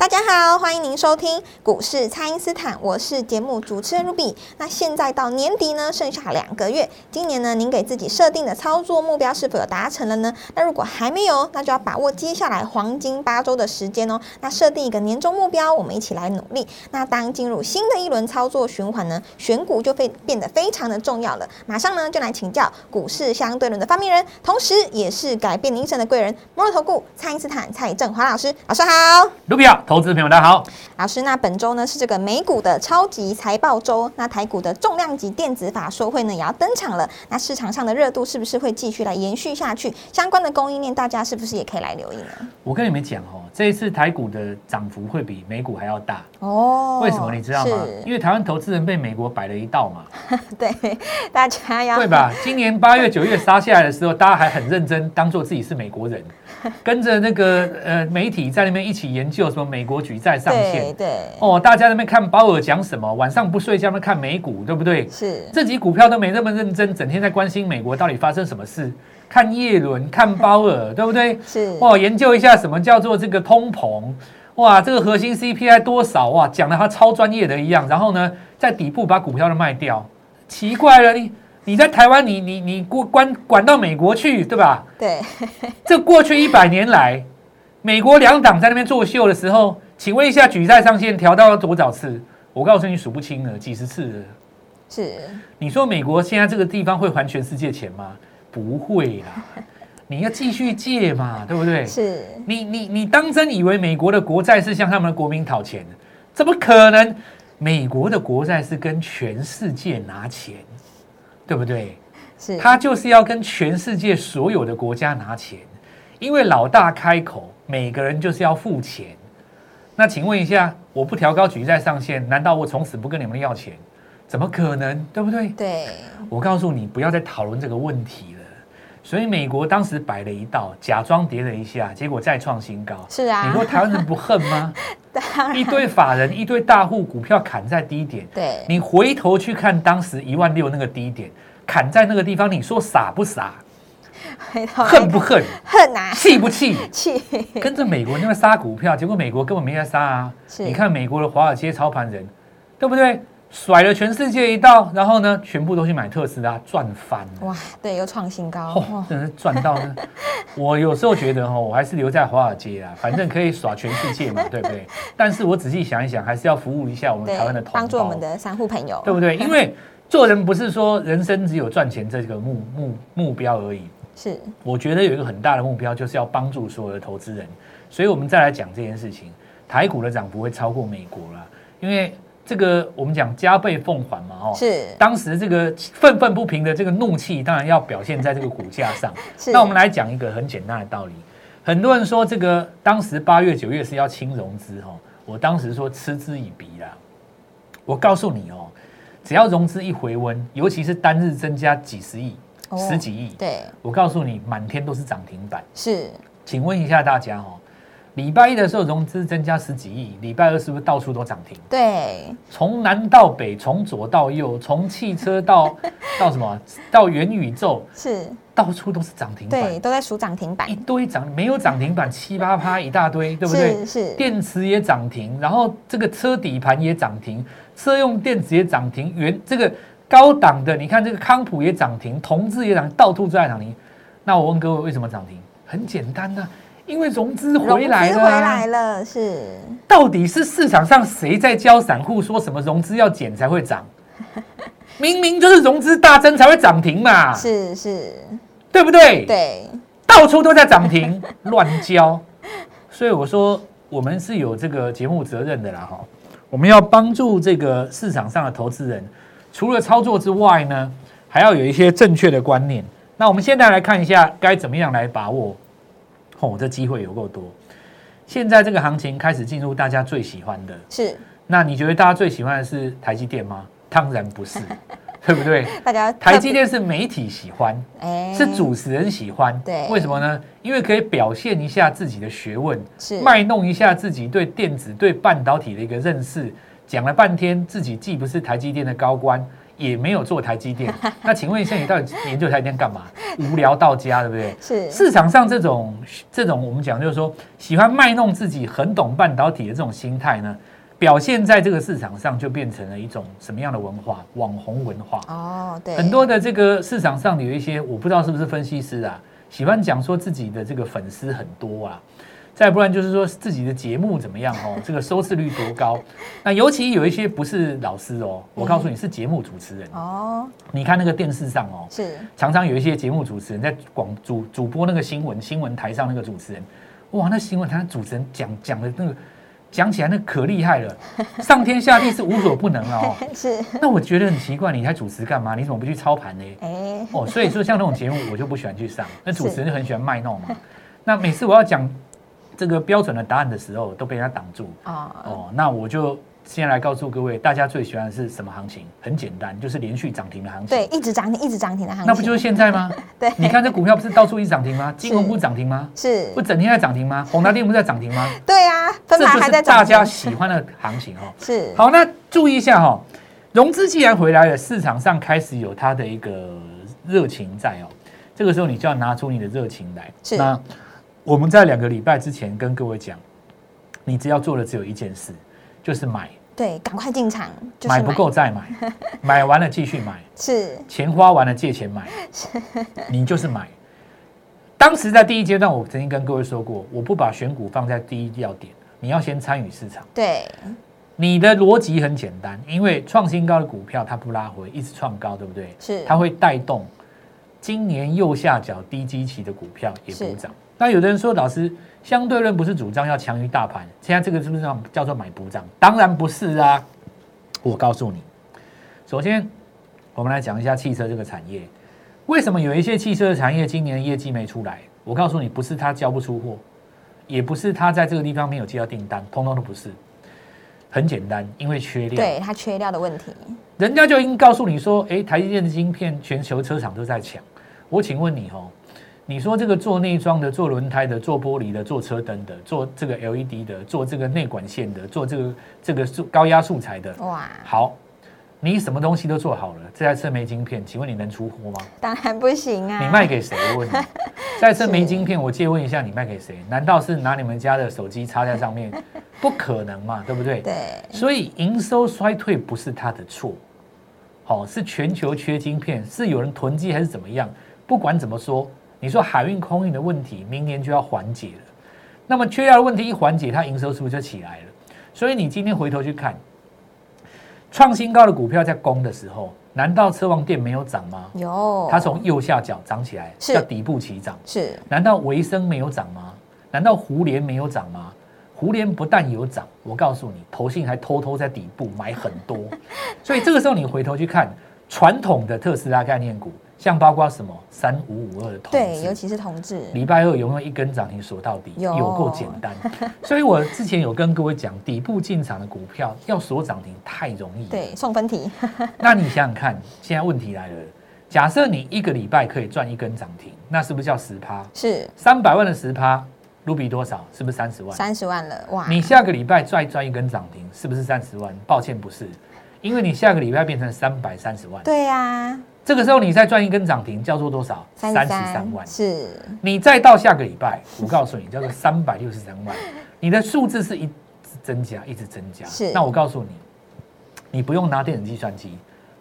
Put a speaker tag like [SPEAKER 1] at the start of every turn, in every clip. [SPEAKER 1] 大家好，欢迎您收听股市蔡因斯坦，我是节目主持人 Ruby。那现在到年底呢，剩下两个月，今年呢，您给自己设定的操作目标是否有达成了呢？那如果还没有，那就要把握接下来黄金八周的时间哦。那设定一个年终目标，我们一起来努力。那当进入新的一轮操作循环呢，选股就会变得非常的重要了。马上呢，就来请教股市相对论的发明人，同时也是改变您一生的贵人——摩尔投顾蔡因斯坦蔡振华老师，老师好。
[SPEAKER 2] 卢比亚投资朋友大家好，
[SPEAKER 1] 老师，那本周呢是这个美股的超级财报周，那台股的重量级电子法说会呢也要登场了，那市场上的热度是不是会继续来延续下去？相关的供应链，大家是不是也可以来留意呢？
[SPEAKER 2] 我跟你们讲哦，这一次台股的涨幅会比美股还要大，
[SPEAKER 1] 哦
[SPEAKER 2] 为什么你知道吗？因
[SPEAKER 1] 是，
[SPEAKER 2] 为台湾投资人被美国摆了一 道嘛，
[SPEAKER 1] 对，大家要
[SPEAKER 2] 对吧？今年八月、九月杀下来的时候，大家还很认真，当做自己是 美国人，跟着那个呃媒体在那边一起研究什么美国举债上
[SPEAKER 1] 对
[SPEAKER 2] 限
[SPEAKER 1] 对，
[SPEAKER 2] 哦，大家在那边看鲍尔讲什么，晚上不睡觉在那边看美股，对不对？
[SPEAKER 1] 是
[SPEAKER 2] 自己股票都没那么认真，整天在关心美国到底发生什么事，看耶伦、看鲍尔，对不对？
[SPEAKER 1] 是，
[SPEAKER 2] 哇，哦研究一下什么叫做这个通膨，哇，这个核心 CPI 多少哇，讲的他超专业的一样，然后呢，在底部把股票都卖掉，奇怪了，你你在台湾你你你过关管到美国去，对吧？
[SPEAKER 1] 对，
[SPEAKER 2] 这过去一百年来，美国两党在那边作秀的时候，请问一下，举债上限调到多少次？我告诉你数不清了，几十次了。
[SPEAKER 1] 是
[SPEAKER 2] 你说美国现在这个地方会还全世界钱吗？不会啦，你要继续借嘛，对不对？
[SPEAKER 1] 是，
[SPEAKER 2] 你你你当真以为美国的国债是向他们的国民讨钱的？怎么可能？美国的国债是跟全世界拿钱，对不对？
[SPEAKER 1] 是
[SPEAKER 2] 他就是要跟全世界所有的国家拿钱，因为老大开口，每个人就是要付钱。那请问一下，我不调高举债上限，难道我从此不跟你们要钱？怎么可能？对不对？
[SPEAKER 1] 对，
[SPEAKER 2] 我告诉你，不要再讨论这个问题了。所以美国当时摆了一道，假装跌了一下，结果再创新高。
[SPEAKER 1] 是啊
[SPEAKER 2] 你说台湾人不恨吗？
[SPEAKER 1] 当
[SPEAKER 2] 一堆法人、一堆大户股票砍在低点，
[SPEAKER 1] 对
[SPEAKER 2] 你回头去看当时一万六那个低点，砍在那个地方，你说傻不傻？
[SPEAKER 1] 回头来
[SPEAKER 2] 恨不恨？
[SPEAKER 1] 恨啊，
[SPEAKER 2] 气不气？
[SPEAKER 1] 气
[SPEAKER 2] 跟着美国那边杀股票，结果美国根本没在杀啊！
[SPEAKER 1] 是
[SPEAKER 2] 你看美国的华尔街操盘人，对不对？甩了全世界一道，然后呢，全部都去买特斯拉，赚翻了。
[SPEAKER 1] 哇，对，又创新高，
[SPEAKER 2] 哦
[SPEAKER 1] 哇，
[SPEAKER 2] 真的是赚到 呢！我有时候觉得哦，我还是留在华尔街啦，反正可以耍全世 界嘛，对不对？但是我仔细想一想，还是要服务一下我们
[SPEAKER 1] 哦对
[SPEAKER 2] 台湾的，同胞，
[SPEAKER 1] 帮助我们的散户朋友，
[SPEAKER 2] 对 不对？因为做人不是说人生只有赚钱这个目目目标而已，
[SPEAKER 1] 是
[SPEAKER 2] 我觉得有一个很大的目标就是要帮助所有的投资人，所以我们再来讲这件事情，台股的涨幅会超过美国啦，因为这个我们讲加倍奉还嘛，哦，
[SPEAKER 1] 是
[SPEAKER 2] 当时这个愤愤不平的这个怒气，当然要表现在这个股价上。
[SPEAKER 1] 是
[SPEAKER 2] 那我们来讲一个很简单的道理，很多人说这个当时八月九月是要清融资哦，我当时说嗤之以鼻啦。我告诉你哦，只要融资一回温，尤其是单日增加几十亿、
[SPEAKER 1] 哦
[SPEAKER 2] 十几亿，
[SPEAKER 1] 对
[SPEAKER 2] 我告诉你，满天都是涨停板。
[SPEAKER 1] 是。
[SPEAKER 2] 请问一下大家哦，礼拜一的时候融资增加十几亿，礼拜二是不是到处都涨停？
[SPEAKER 1] 对，
[SPEAKER 2] 从南到北，从左到右，从汽车到 到什么，到元宇宙，
[SPEAKER 1] 是，
[SPEAKER 2] 到处都是涨停板
[SPEAKER 1] 对，，都在数涨停板
[SPEAKER 2] 一，堆涨，没有涨停板七八趴一大堆，对不对？
[SPEAKER 1] 是是，
[SPEAKER 2] 电池也涨停，然后这个车底盘也涨停，车用电子也涨停，原这个高档的，你看这个康普也涨停，同志也涨，到处都在涨停。那我问各位，为什么涨停？很简单呐、因为融资
[SPEAKER 1] 融
[SPEAKER 2] 回
[SPEAKER 1] 资
[SPEAKER 2] 来了、
[SPEAKER 1] 回来了，是
[SPEAKER 2] 到底是市场上谁在教散户说什么融资要减才会涨？明明就是融资大增才会涨停嘛，
[SPEAKER 1] 是是，
[SPEAKER 2] 对不对？，
[SPEAKER 1] 对，
[SPEAKER 2] 到处都在涨停， 乱教。所以我说，我们是有这个节目责任的啦，哈。我们要帮助这个市场上的投资人，除了操作之外呢，还要有一些正确的观念。那我们现在来看一下，该怎么样来把握？哦，这机会有够多。现在这个行情开始进入大家最喜欢的，
[SPEAKER 1] 是
[SPEAKER 2] 那你觉得大家最喜欢的是台积电吗？当然 不是，对不对？
[SPEAKER 1] 大家
[SPEAKER 2] 台积电是媒体喜欢，
[SPEAKER 1] 哎
[SPEAKER 2] 是主持人喜欢，
[SPEAKER 1] 对
[SPEAKER 2] 为什么呢？因为可以表现一下自己的学问，
[SPEAKER 1] 是
[SPEAKER 2] 卖弄一下自己对电子、对半导体的一个认识。讲了半天，自己既不是台积电的高官，也没有做台 积电。那请问一下，你到底研究台积电干嘛？无聊到家，对不对？
[SPEAKER 1] 是
[SPEAKER 2] 市场上这种这种我们讲就是说喜欢卖弄自己很懂半导体的这种心态呢，表现在这个市场上就变成了一种什么样的文化？网红文化。
[SPEAKER 1] 哦，对，
[SPEAKER 2] 很多的这个市场上有一些，我不知道是不是分析师啊，喜欢讲说自己的这个粉丝很多啊，再不然就是说自己的节目怎么样 哦，这个收视率多高。那尤其有一些不是老师哦，我告诉你是节目主持人，
[SPEAKER 1] 哦，
[SPEAKER 2] 你看那个电视上哦，
[SPEAKER 1] 是
[SPEAKER 2] 常常有一些节目主持人在广主主播那个新闻新闻台上那个主持人，哇，那新闻台的主持人讲讲的那个讲起来那可厉害了，上天下地是无所不能啊、哦。
[SPEAKER 1] 是，
[SPEAKER 2] 那我觉得很奇怪，你还主持干嘛？你怎么不去操盘呢？
[SPEAKER 1] 哎，
[SPEAKER 2] 哦，所以说像那种节目我就不喜欢去上，那主持人就很喜欢卖弄嘛。那每次我要讲这个标准的答案的时候，都被人家挡住。
[SPEAKER 1] 哦，
[SPEAKER 2] 哦，那我就先来告诉各位，大家最喜欢的是什么行情？很简单，就是连续涨停的行情。
[SPEAKER 1] 对，一直涨停，一直涨停的行情，
[SPEAKER 2] 那不就是现在吗？
[SPEAKER 1] 对
[SPEAKER 2] 你看这股票不是到处一直涨停吗？金融不涨停吗？
[SPEAKER 1] 是
[SPEAKER 2] 不，整天在涨停吗？宏达电不是在涨 停吗？
[SPEAKER 1] 对啊，
[SPEAKER 2] 这
[SPEAKER 1] 分
[SPEAKER 2] 就
[SPEAKER 1] 盘还
[SPEAKER 2] 是
[SPEAKER 1] 在
[SPEAKER 2] 大
[SPEAKER 1] 涨停，
[SPEAKER 2] 家喜欢的行情哦。
[SPEAKER 1] 是
[SPEAKER 2] 好，那注意一下哈、哦，融资既然回来了，市场上开始有它的一个热情在哦，这个时候你就要拿出你的热情来。
[SPEAKER 1] 是
[SPEAKER 2] 那我们在两个礼拜之前跟各位讲，你只要做的只有一件事，就是买，
[SPEAKER 1] 对，赶快进场，就是
[SPEAKER 2] 买不够 再买，买完了继续买，
[SPEAKER 1] 是
[SPEAKER 2] 钱花完了借钱买，你就是买。当时在第一阶段，我曾经跟各位说过，我不把选股放在第一要点，你要先参与市场。
[SPEAKER 1] 对，
[SPEAKER 2] 你的逻辑很简单，因为创新高的股票它不拉回，一直创高，对不对？
[SPEAKER 1] 是
[SPEAKER 2] 它会带动今年右下角低基期的股票也补涨。那有的人说，老师，相对论不是主张要强于大盘，现在这个是不是叫做买补涨？当然不是啊！我告诉你，首先我们来讲一下汽车这个产业，为什么有一些汽车产业今年的业绩没出来？我告诉你，不是它交不出货，也不是它在这个地方没有接到订单，通通都不是。很简单，因为缺料。
[SPEAKER 1] 对它缺料的问题，
[SPEAKER 2] 人家就已经告诉你说，诶，台积电的晶片全球车厂都在抢。我请问你哦，你说这个做内装的、做轮胎的、做玻璃的、做车灯的、做这个 LED 的、做这个内管线的、做这个这个素高压素材的，
[SPEAKER 1] 哇，
[SPEAKER 2] 好，你什么东西都做好了，这台车没晶片，请问你能出货吗？
[SPEAKER 1] 当然不行啊，
[SPEAKER 2] 你卖给谁？我问你，这台车没晶片，我借问一下，你卖给谁？难道是拿你们家的手机插在上面？不可能嘛，对不对？
[SPEAKER 1] 对，
[SPEAKER 2] 所以营收衰退不是他的错，好、是全球缺晶片，是有人囤积还是怎么样？不管怎么说，你说海运、空运的问题，明年就要缓解了。那么缺料的问题一缓解，它营收是不是就起来了？所以你今天回头去看，创新高的股票在攻的时候，难道车王店没有涨吗？
[SPEAKER 1] 有，
[SPEAKER 2] 它从右下角涨起来，
[SPEAKER 1] 是
[SPEAKER 2] 叫底部起涨。
[SPEAKER 1] 是
[SPEAKER 2] 难道维生没有涨吗？难道胡联没有涨吗？胡联不但有涨，我告诉你，投信还偷偷在底部买很 多，所以这个时候你回头去看传统的特斯拉概念股，像包括什么三五五二的同
[SPEAKER 1] 对，
[SPEAKER 2] 志
[SPEAKER 1] 尤其是同志，
[SPEAKER 2] 礼拜二有没有一根涨停锁到底？
[SPEAKER 1] 有
[SPEAKER 2] 够简 单。所以我之前有跟各位讲，底部进场的股票要锁涨停太容易了。
[SPEAKER 1] 对，送分题，
[SPEAKER 2] 那你想想看，现在问题来了，假设你一个礼拜可以赚一根涨停，那是不是叫十趴？
[SPEAKER 1] 是
[SPEAKER 2] 三百万的十趴，卢比多少？是不是三十万？
[SPEAKER 1] 三十万了，哇，
[SPEAKER 2] 你下个礼拜再赚一根涨停，是不是三十万？抱歉，不是，因为你下个礼拜变成三百三十万。
[SPEAKER 1] 对呀，
[SPEAKER 2] 这个时候你再赚一根涨停，叫做多少？
[SPEAKER 1] 三
[SPEAKER 2] 十三万。
[SPEAKER 1] 是，
[SPEAKER 2] 你再到下个礼拜，我告诉你， 叫做三百六十三万。你的数字是一直增加，一直增加。
[SPEAKER 1] 是
[SPEAKER 2] 那我告诉你，你不用拿电子计算机，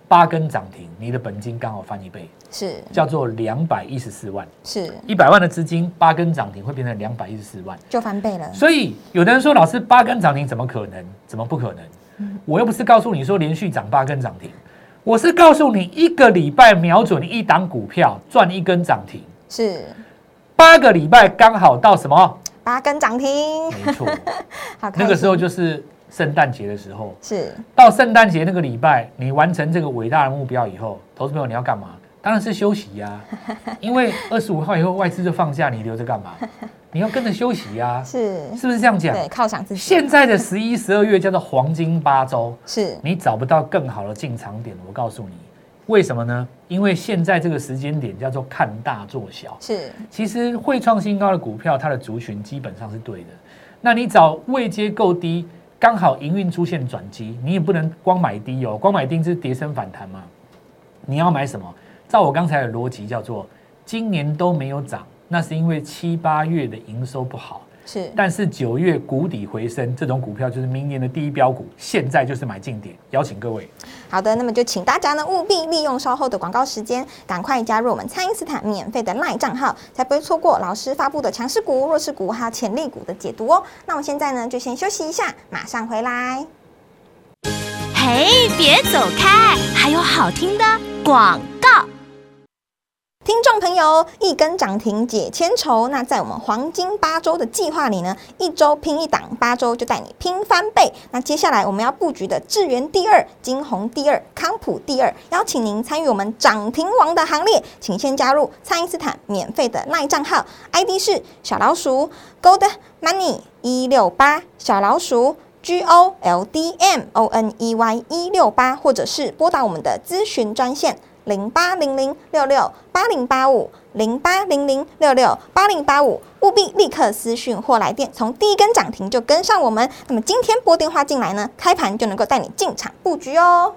[SPEAKER 2] 八根涨停，你的本金刚好翻一倍，
[SPEAKER 1] 是
[SPEAKER 2] 叫做两百一十四万。
[SPEAKER 1] 是，
[SPEAKER 2] 一百万的资金，八根涨停会变成两百一十四万。
[SPEAKER 1] 就翻倍了，
[SPEAKER 2] 所以有的人说，老师八根涨停怎么可能？怎么不可能？我又不是告诉你说连续涨八根涨停，我是告诉你一个礼拜瞄准一档股票赚一根涨停，
[SPEAKER 1] 是
[SPEAKER 2] 八个礼拜刚好到什么？
[SPEAKER 1] 八根涨停，
[SPEAKER 2] 没错，
[SPEAKER 1] 好开心，
[SPEAKER 2] 那个时候就是圣诞节的时候。
[SPEAKER 1] 是
[SPEAKER 2] 到圣诞节那个礼拜，你完成这个伟大的目标以后，投资朋友你要干嘛？当然是休息呀、因为二十五号以后外资就放假，你留着干嘛？你要跟着休息呀、
[SPEAKER 1] 是，
[SPEAKER 2] 是不是这样讲？
[SPEAKER 1] 对，犒赏自己，
[SPEAKER 2] 现在的十一、十二月叫做黄金八周，
[SPEAKER 1] 是
[SPEAKER 2] 你找不到更好的进场点，我告诉你，为什么呢？因为现在这个时间点叫做看大做小。
[SPEAKER 1] 是
[SPEAKER 2] 其实会创新高的股票，它的族群基本上是对的。那你找位阶够低，刚好营运出现转机，你也不能光买低哦，光买低是跌升反弹嘛。你要买什么？照我刚才的逻辑，叫做今年都没有涨，那是因为七八月的营收不好。
[SPEAKER 1] 是
[SPEAKER 2] 但是九月谷底回升，这种股票就是明年的第一标股，现在就是买进点。邀请各位，
[SPEAKER 1] 好的，那么就请大家呢务必利用稍后的广告时间，赶快加入我们蔡因斯坦免费的 LINE 账号，才不会错过老师发布的强势股、弱势股还有潜力股的解读哦。那我们现在呢就先休息一下，马上回来。
[SPEAKER 3] 嘿，别走开，还有好听的广告。
[SPEAKER 1] 听众朋友，一根涨停解千愁。那在我们黄金八周的计划里呢，一周拼一档，八周就带你拼翻倍。那接下来我们要布局的智源第二、金红第二、康普第二，邀请您参与我们涨停王的行列，请先加入蔡因斯坦免费的赖账号，ID 是小老鼠 Gold Money 一六八小老鼠。G O L D M O N E Y 一六八，或者是拨打我们的咨询专线零八零零六六八零八五零八零零六六八零八五，务必立刻私讯或来电，从第一根涨停就跟上我们。那么今天拨电话进来呢，开盘就能够带你进场布局哦。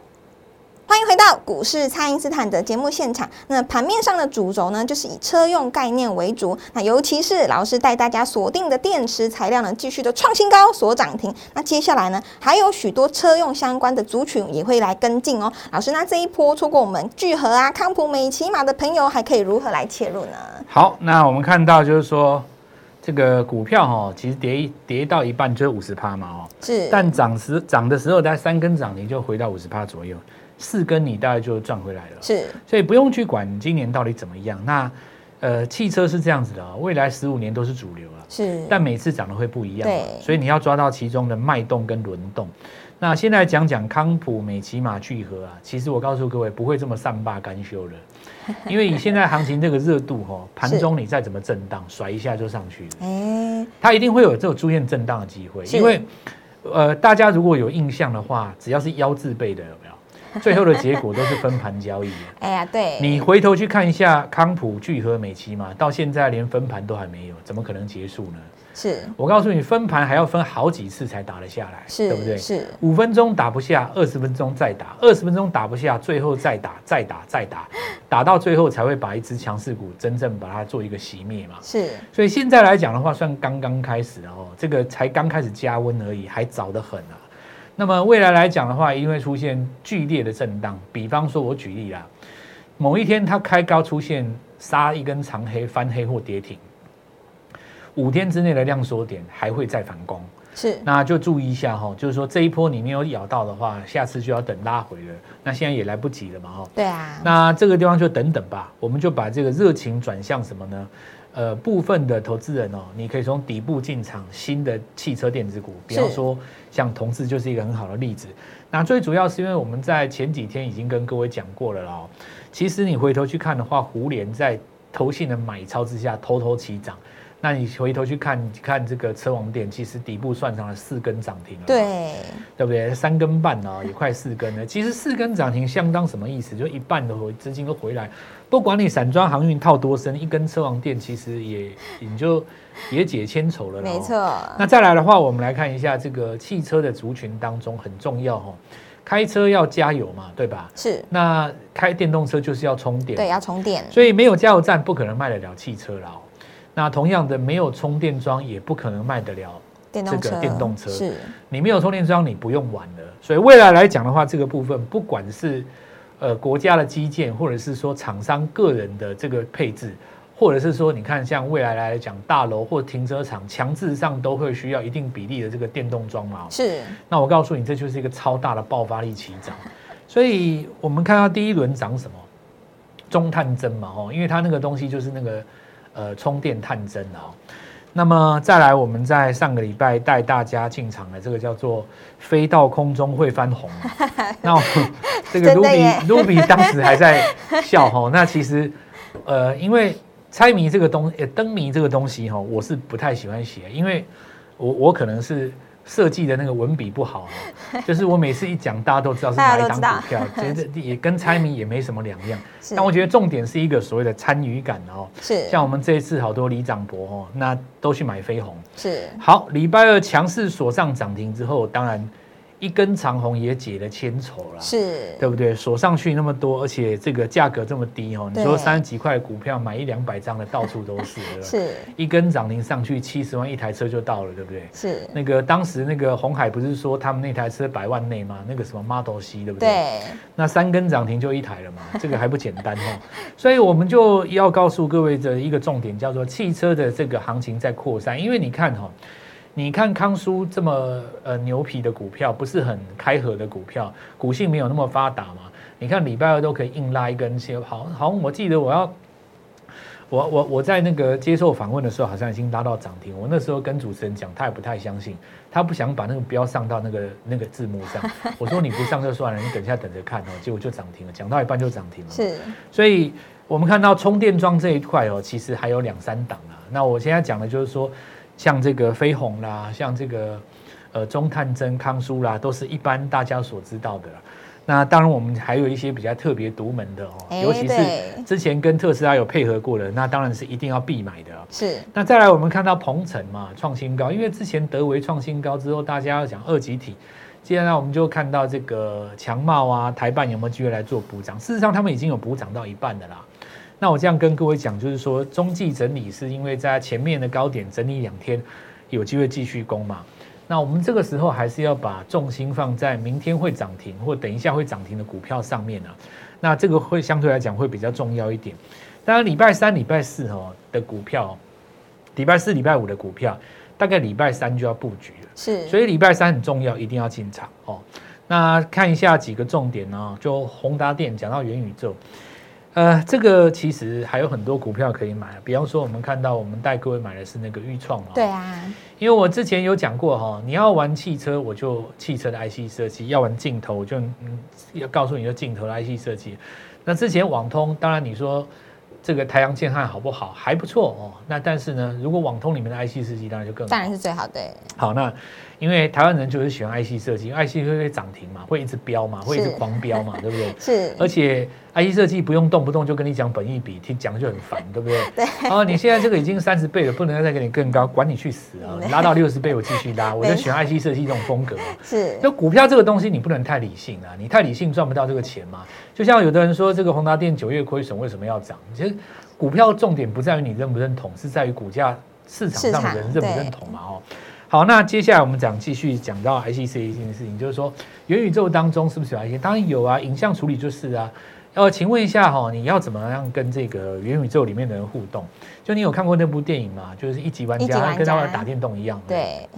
[SPEAKER 1] 欢迎回到股市，蔡因斯坦的节目现场。那盘面上的主轴呢，就是以车用概念为主。那尤其是老师带大家锁定的电池材料呢，继续的创新高，所涨停。那接下来呢，还有许多车用相关的族群也会来跟进哦。老师，那这一波错过我们聚合啊、康普美、骑马的朋友，还可以如何来切入呢？
[SPEAKER 2] 好，那我们看到就是说，这个股票哦，其实跌一跌到一半就是五十趴嘛哦，
[SPEAKER 1] 是，
[SPEAKER 2] 但涨时涨的时候，大概三根涨停就回到五十趴左右，四根你大概就赚回来了。
[SPEAKER 1] 是
[SPEAKER 2] 所以不用去管今年到底怎么样。那呃，汽车是这样子的、哦，未来十五年都是主流了。
[SPEAKER 1] 是，
[SPEAKER 2] 但每次涨的会不一样嘛，
[SPEAKER 1] 对
[SPEAKER 2] 所以你要抓到其中的脉动跟轮动。那先来讲讲康普、美骑马聚合啊，其实我告诉各位不会这么善罢甘休 的，因为以现在行情这个热度哦，盘中你再怎么震荡，甩一下就上去了，
[SPEAKER 1] 哎，
[SPEAKER 2] 它一定会有这种出现震荡的机会，
[SPEAKER 1] 是
[SPEAKER 2] 因为呃，大家如果有印象的话，只要是腰字辈的有没 有，最后的结果都是分盘交易的。
[SPEAKER 1] 哎呀， 对，
[SPEAKER 2] 你回头去看一下康普、聚合、美骑马，到现在连分盘都还没有，怎么可能结束呢？
[SPEAKER 1] 是
[SPEAKER 2] 我告诉你，分盘还要分好几次才打得下来，
[SPEAKER 1] 是，
[SPEAKER 2] 对不对？
[SPEAKER 1] 是
[SPEAKER 2] 五分钟打不下，二十分钟再打，二十分钟打不下，最后再打，再打，再打，打到最后才会把一只强势股真正把它做一个熄灭嘛。
[SPEAKER 1] 是
[SPEAKER 2] 所以现在来讲的话，算刚刚开始哦，这个才刚开始加温而已，还早得很啊。那么未来来讲的话，因为出现剧烈的震荡，比方说我举例啦，某一天它开高出现杀一根长黑、翻黑或跌停，五天之内的量缩点还会再反攻，
[SPEAKER 1] 是
[SPEAKER 2] 那就注意一下哈、哦，就是说这一波你没有咬到的话，下次就要等拉回了，那现在也来不及了嘛哈、哦。
[SPEAKER 1] 对啊，
[SPEAKER 2] 那这个地方就等等吧，我们就把这个热情转向什么呢？呃，部分的投资人哦，你可以从底部进场新的汽车电子股，比方说像同志就是一个很好的例子。那最主要是因为我们在前几天已经跟各位讲过了啦哦，其实你回头去看的话，胡联在投信的买超之下偷偷起涨。那你回头去看看这个车王店，其实底部算上了四根涨停了。
[SPEAKER 1] 对，
[SPEAKER 2] 对不对？三根半啊，也快四根了。其实四根涨停相当什么意思？就一半的回资金都回来，不管你散装航运套多深，一根车王店其实也你就也解千愁了啦、哦
[SPEAKER 1] 没。错。
[SPEAKER 2] 那再来的话，我们来看一下这个汽车的族群当中很重要哦，开车要加油嘛，对吧？
[SPEAKER 1] 是，
[SPEAKER 2] 那开电动车就是要充电，
[SPEAKER 1] 对，要充电，
[SPEAKER 2] 所以没有加油站不可能卖得了汽车啦、哦。那同样的，没有充电桩也不可能卖得了
[SPEAKER 1] 电动
[SPEAKER 2] 这
[SPEAKER 1] 车，
[SPEAKER 2] 个电动车
[SPEAKER 1] 是
[SPEAKER 2] 你没有充电桩，你不用玩了。所以未来来讲的话，这个部分不管是呃国家的基建，或者是说厂商个人的这个配置，或者是说你看像未来来讲大楼或停车场强制上都会需要一定比例的这个电动桩嘛。
[SPEAKER 1] 是，
[SPEAKER 2] 那我告诉你，这就是一个超大的爆发力起涨。所以我们看到第一轮涨什么，中探针嘛，哦，因为它那个东西就是那个呃充电探针啊、哦。那么再来，我们在上个礼拜带大家进场的这个叫做“飞到空中会翻红”嘛。 那我这个
[SPEAKER 1] 真的耶
[SPEAKER 2] Ruby Ruby 当时还在笑吼，那其实呃，因为猜谜这个东呃灯谜这个东西哈、我是不太喜欢写，因为我我可能是设计的那个文笔不好、 哦，就是我每次一讲，大家都知道是哪
[SPEAKER 1] 大家
[SPEAKER 2] 一
[SPEAKER 1] 都
[SPEAKER 2] 档
[SPEAKER 1] 知道
[SPEAKER 2] 股票，其实这也跟猜谜也没什么两样。
[SPEAKER 1] 是
[SPEAKER 2] 但我觉得重点是一个所谓的参与感哦，
[SPEAKER 1] 是
[SPEAKER 2] 像我们这一次好多里长博哦，那都去买飞鸿。
[SPEAKER 1] 是
[SPEAKER 2] 好，礼拜二强势锁上涨停之后，当然一根长红也解了千愁啦。
[SPEAKER 1] 是，
[SPEAKER 2] 对不对？锁上去那么多，而且这个价格这么低哦，你说
[SPEAKER 1] 对
[SPEAKER 2] 三十几块的股票买一两百张的，到处都是，对 不对？
[SPEAKER 1] 是
[SPEAKER 2] 一根涨停上去七十万一台车就到了，对不对？
[SPEAKER 1] 是，
[SPEAKER 2] 那个当时那个红海不是说他们那台车百万内吗？那个什么 Model C 对不对？
[SPEAKER 1] 对，
[SPEAKER 2] 那三根涨停就一台了嘛，这个还不简单哦。 所以我们就要告诉各位的一个重点叫做汽车的这个行情在扩散，因为你看哈、哦，你看康叔这么呃牛皮的股票，不是很开合的股票，股性没有那么发达嘛。你看礼拜二都可以硬拉一根线，好好，我记得我要。我我我在那个接受访问的时候，好像已经拉到涨停。我那时候跟主持人讲，他也不太相信，他不想把那个标上到那个那个字幕上。我说你不上就算了，你等一下等着看哦。结果就涨停了，讲到一半就涨停了。
[SPEAKER 1] 是
[SPEAKER 2] 所以我们看到充电桩这一块哦，其实还有两三档啊。那我现在讲的就是说，像这个飞鸿啦，像这个呃中探针、康舒啦，都是一般大家所知道的啦。那当然，我们还有一些比较特别独门的哦，
[SPEAKER 1] 哎
[SPEAKER 2] 尤其是
[SPEAKER 1] 对
[SPEAKER 2] 之前跟特斯拉有配合过的，那当然是一定要必买的、啊。
[SPEAKER 1] 是
[SPEAKER 2] 那再来，我们看到鹏程嘛创新高，因为之前德维创新高之后，大家要讲二级体，接下来我们就看到这个强茂啊、台办有没有机会来做补涨？事实上，他们已经有补涨到一半的啦。那我这样跟各位讲，就是说中继整理是因为在前面的高点整理两天，有机会继续攻嘛。那我们这个时候还是要把重心放在明天会涨停或等一下会涨停的股票上面啊。那这个会相对来讲会比较重要一点。当然，礼拜三、礼拜四哦的股票哦，礼拜四、礼拜五的股票，大概礼拜三就要布局了。
[SPEAKER 1] 是，
[SPEAKER 2] 所以礼拜三很重要，一定要进场哦。那看一下几个重点呢、就宏达电讲到元宇宙，呃，这个其实还有很多股票可以买，比方说我们看到我们带各位买的是那个预创哦嘛，
[SPEAKER 1] 对，啊，
[SPEAKER 2] 因为我之前有讲过哈、你要玩汽车，我就汽车的 IC 设计；要玩镜头，我就嗯要告诉你说镜头的 IC 设计。那之前网通，当然你说这个台阳建汉好不好？还不错哦。那但是呢，如果网通里面的 IC 设计，当然就更好
[SPEAKER 1] 当然是最好的，
[SPEAKER 2] 好，那因为台湾人就是喜欢 IC 设计因为，IC 会会涨停嘛，会一直飙嘛，会一直
[SPEAKER 1] 是
[SPEAKER 2] 狂飙嘛，对不对？
[SPEAKER 1] 是
[SPEAKER 2] 而且 IC 设计不用动不动就跟你讲本益比，听讲就很烦，对不对？对。哦，你现在这个已经三十倍了，不能再给你更高，管你去死啊！你拉到六十倍我继续拉，我就喜欢 IC 设计这种风格。啊
[SPEAKER 1] 是
[SPEAKER 2] 那股票这个东西你不能太理性啊，你太理性赚不到这个钱嘛。就像有的人说这个宏达电九月亏损为什么要涨？其实股票重点不在于你认不认同，是在于股价市场上的人
[SPEAKER 1] 市
[SPEAKER 2] 认
[SPEAKER 1] 场
[SPEAKER 2] 不认同嘛。哦，好，那接下来我们讲继续讲到 IC 这一件事情，就是说元宇宙当中是不是有 IC？当然有啊，影像处理就是啊。呃，请问一下哈、哦，你要怎么样跟这个元宇宙里面的人互动？就你有看过那部电影吗？就是一级玩
[SPEAKER 1] 一级
[SPEAKER 2] 家
[SPEAKER 1] 玩
[SPEAKER 2] 跟他们
[SPEAKER 1] 家
[SPEAKER 2] 打电动一样。。
[SPEAKER 1] 对，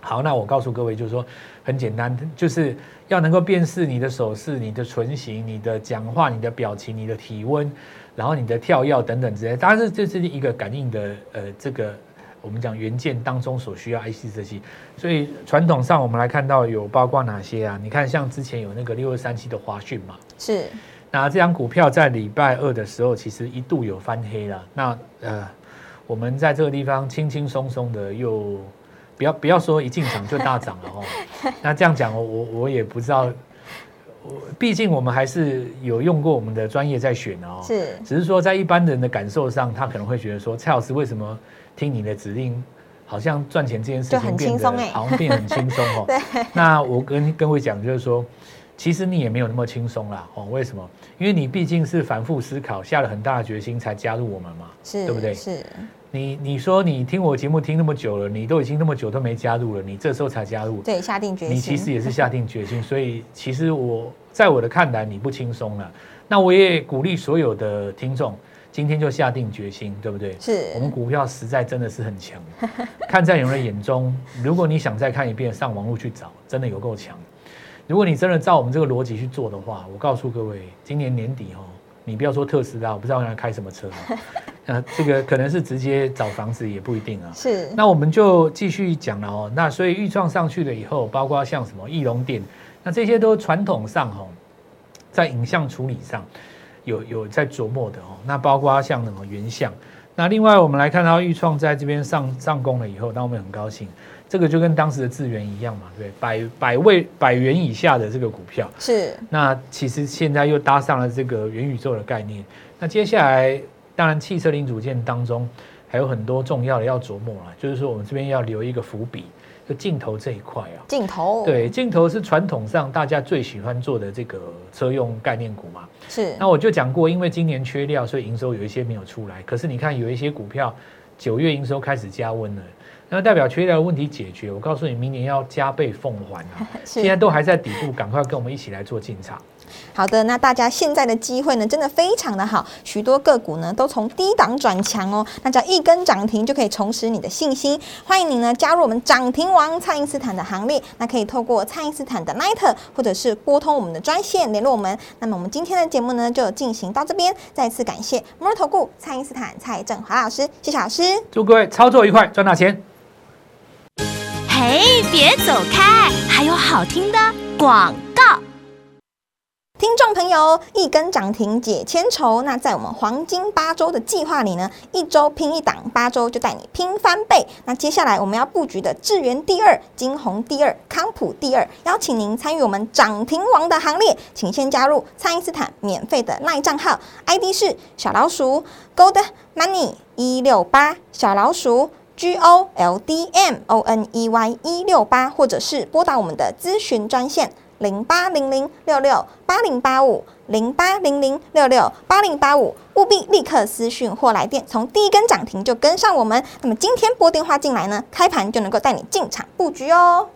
[SPEAKER 2] 好，那我告诉各位，就是说很简单，就是要能够辨识你的手势、你的唇形、你的讲话、你的表情、你的体温，然后你的跳跃等等之类。当然，这这是一个感应的呃，这个我们讲元件当中所需要 IC 设计。所以传统上我们来看到有包括哪些啊？你看，像之前有那个六二三七的华讯嘛，
[SPEAKER 1] 是
[SPEAKER 2] 那这张股票在礼拜二的时候，其实一度有翻黑了。那呃，我们在这个地方轻轻松松的又不要不要说一进场就大涨了哦。那这样讲，我我我也不知道，我毕竟我们还是有用过我们的专业在选哦。
[SPEAKER 1] 是
[SPEAKER 2] 只是说在一般人的感受上，他可能会觉得说，蔡老师为什么听你的指令，好像赚钱这件事
[SPEAKER 1] 就
[SPEAKER 2] 情
[SPEAKER 1] 很
[SPEAKER 2] 变
[SPEAKER 1] 轻
[SPEAKER 2] 得
[SPEAKER 1] 松欸
[SPEAKER 2] 好像变得很轻松 哦。那我跟各位讲，就是说，其实你也没有那么轻松啦哦。为什么？因为你毕竟是反复思考，下了很大的决心才加入我们嘛，
[SPEAKER 1] 是，
[SPEAKER 2] 对不对？
[SPEAKER 1] 是
[SPEAKER 2] 你你说你听我节目听那么久了，你都已经那么久都没加入了，你这时候才加入，
[SPEAKER 1] 对，下定决心，
[SPEAKER 2] 你其实也是下定决心，所以其实我在我的看来，你不轻松了。那我也鼓励所有的听众，今天就下定决心，对不对？我们
[SPEAKER 1] 是
[SPEAKER 2] 股票实在真的是很强，看在有人眼中，如果你想再看一遍，上网络去找，真的有够强。如果你真的照我们这个逻辑去做的话，我告诉各位，今年年底哦，你不要说特斯拉，我不知道人家开什么车哦， 呃，这个可能是直接找房子也不一定啊。
[SPEAKER 1] 是
[SPEAKER 2] 那我们就继续讲了哦。那所以预创上去了以后，包括像什么翼龙电，那这些都传统上哦，在影像处理上有有在琢磨的哦。那包括像什么原像，那另外我们来看到豫创在这边上上攻了以后，那我们很高兴，这个就跟当时的智源一样嘛，对，百百位百元以下的这个股票，
[SPEAKER 1] 是
[SPEAKER 2] 那其实现在又搭上了这个元宇宙的概念。那接下来，当然汽车零组件当中还有很多重要的要琢磨啊，就是说我们这边要留一个伏笔，就镜头这一块啊。
[SPEAKER 1] 镜头，，
[SPEAKER 2] 对，镜头是传统上大家最喜欢做的这个车用概念股嘛。
[SPEAKER 1] 是
[SPEAKER 2] 那我就讲过，因为今年缺料，所以营收有一些没有出来。可是你看，有一些股票九月营收开始加温了，那代表缺料的问题解决。我告诉你，明年要加倍奉还啊！现在
[SPEAKER 1] 是。
[SPEAKER 2] 都还在底部，赶快跟我们一起来做进场。
[SPEAKER 1] 好的，那大家现在的机会呢，真的非常的好，许多个股呢都从低档转强哦。那只要一根涨停就可以重拾你的信心。欢迎你呢加入我们涨停王蔡因斯坦的行列，那可以透过蔡因斯坦的 l i t e r 或者是拨通我们的专线联络我们。那么我们今天的节目呢就进行到这边，再次感谢摩尔投顾蔡因斯坦蔡振华老师，谢谢老师。
[SPEAKER 2] 祝各位操作愉快，赚大钱！
[SPEAKER 3] 嘿，别走开，还有好听的广告。
[SPEAKER 1] 听众朋友，一根涨停解千愁。那在我们黄金八周的计划里呢，一周拼一档，八周就带你拼翻倍。那接下来我们要布局的智源第二、金红第二、康普第二，邀请您参与我们涨停王的行列，请先加入蔡因斯坦免费的赖账号，ID 是小老鼠 Gold Money 一六八小老鼠。G O L D M O N E Y 一六八，或者是拨打我们的咨询专线零八零零六六八零八五零八零零六六八零八五，务必立刻私讯或来电，从第一根涨停就跟上我们。那么今天拨电话进来呢，开盘就能够带你进场布局哦。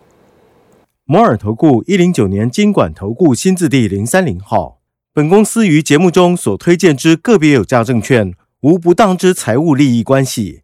[SPEAKER 4] 摩尔投顾一零九年经管投顾新字第零三零号。本公司于节目中所推荐之个别有价证券，无不当之财务利益关系。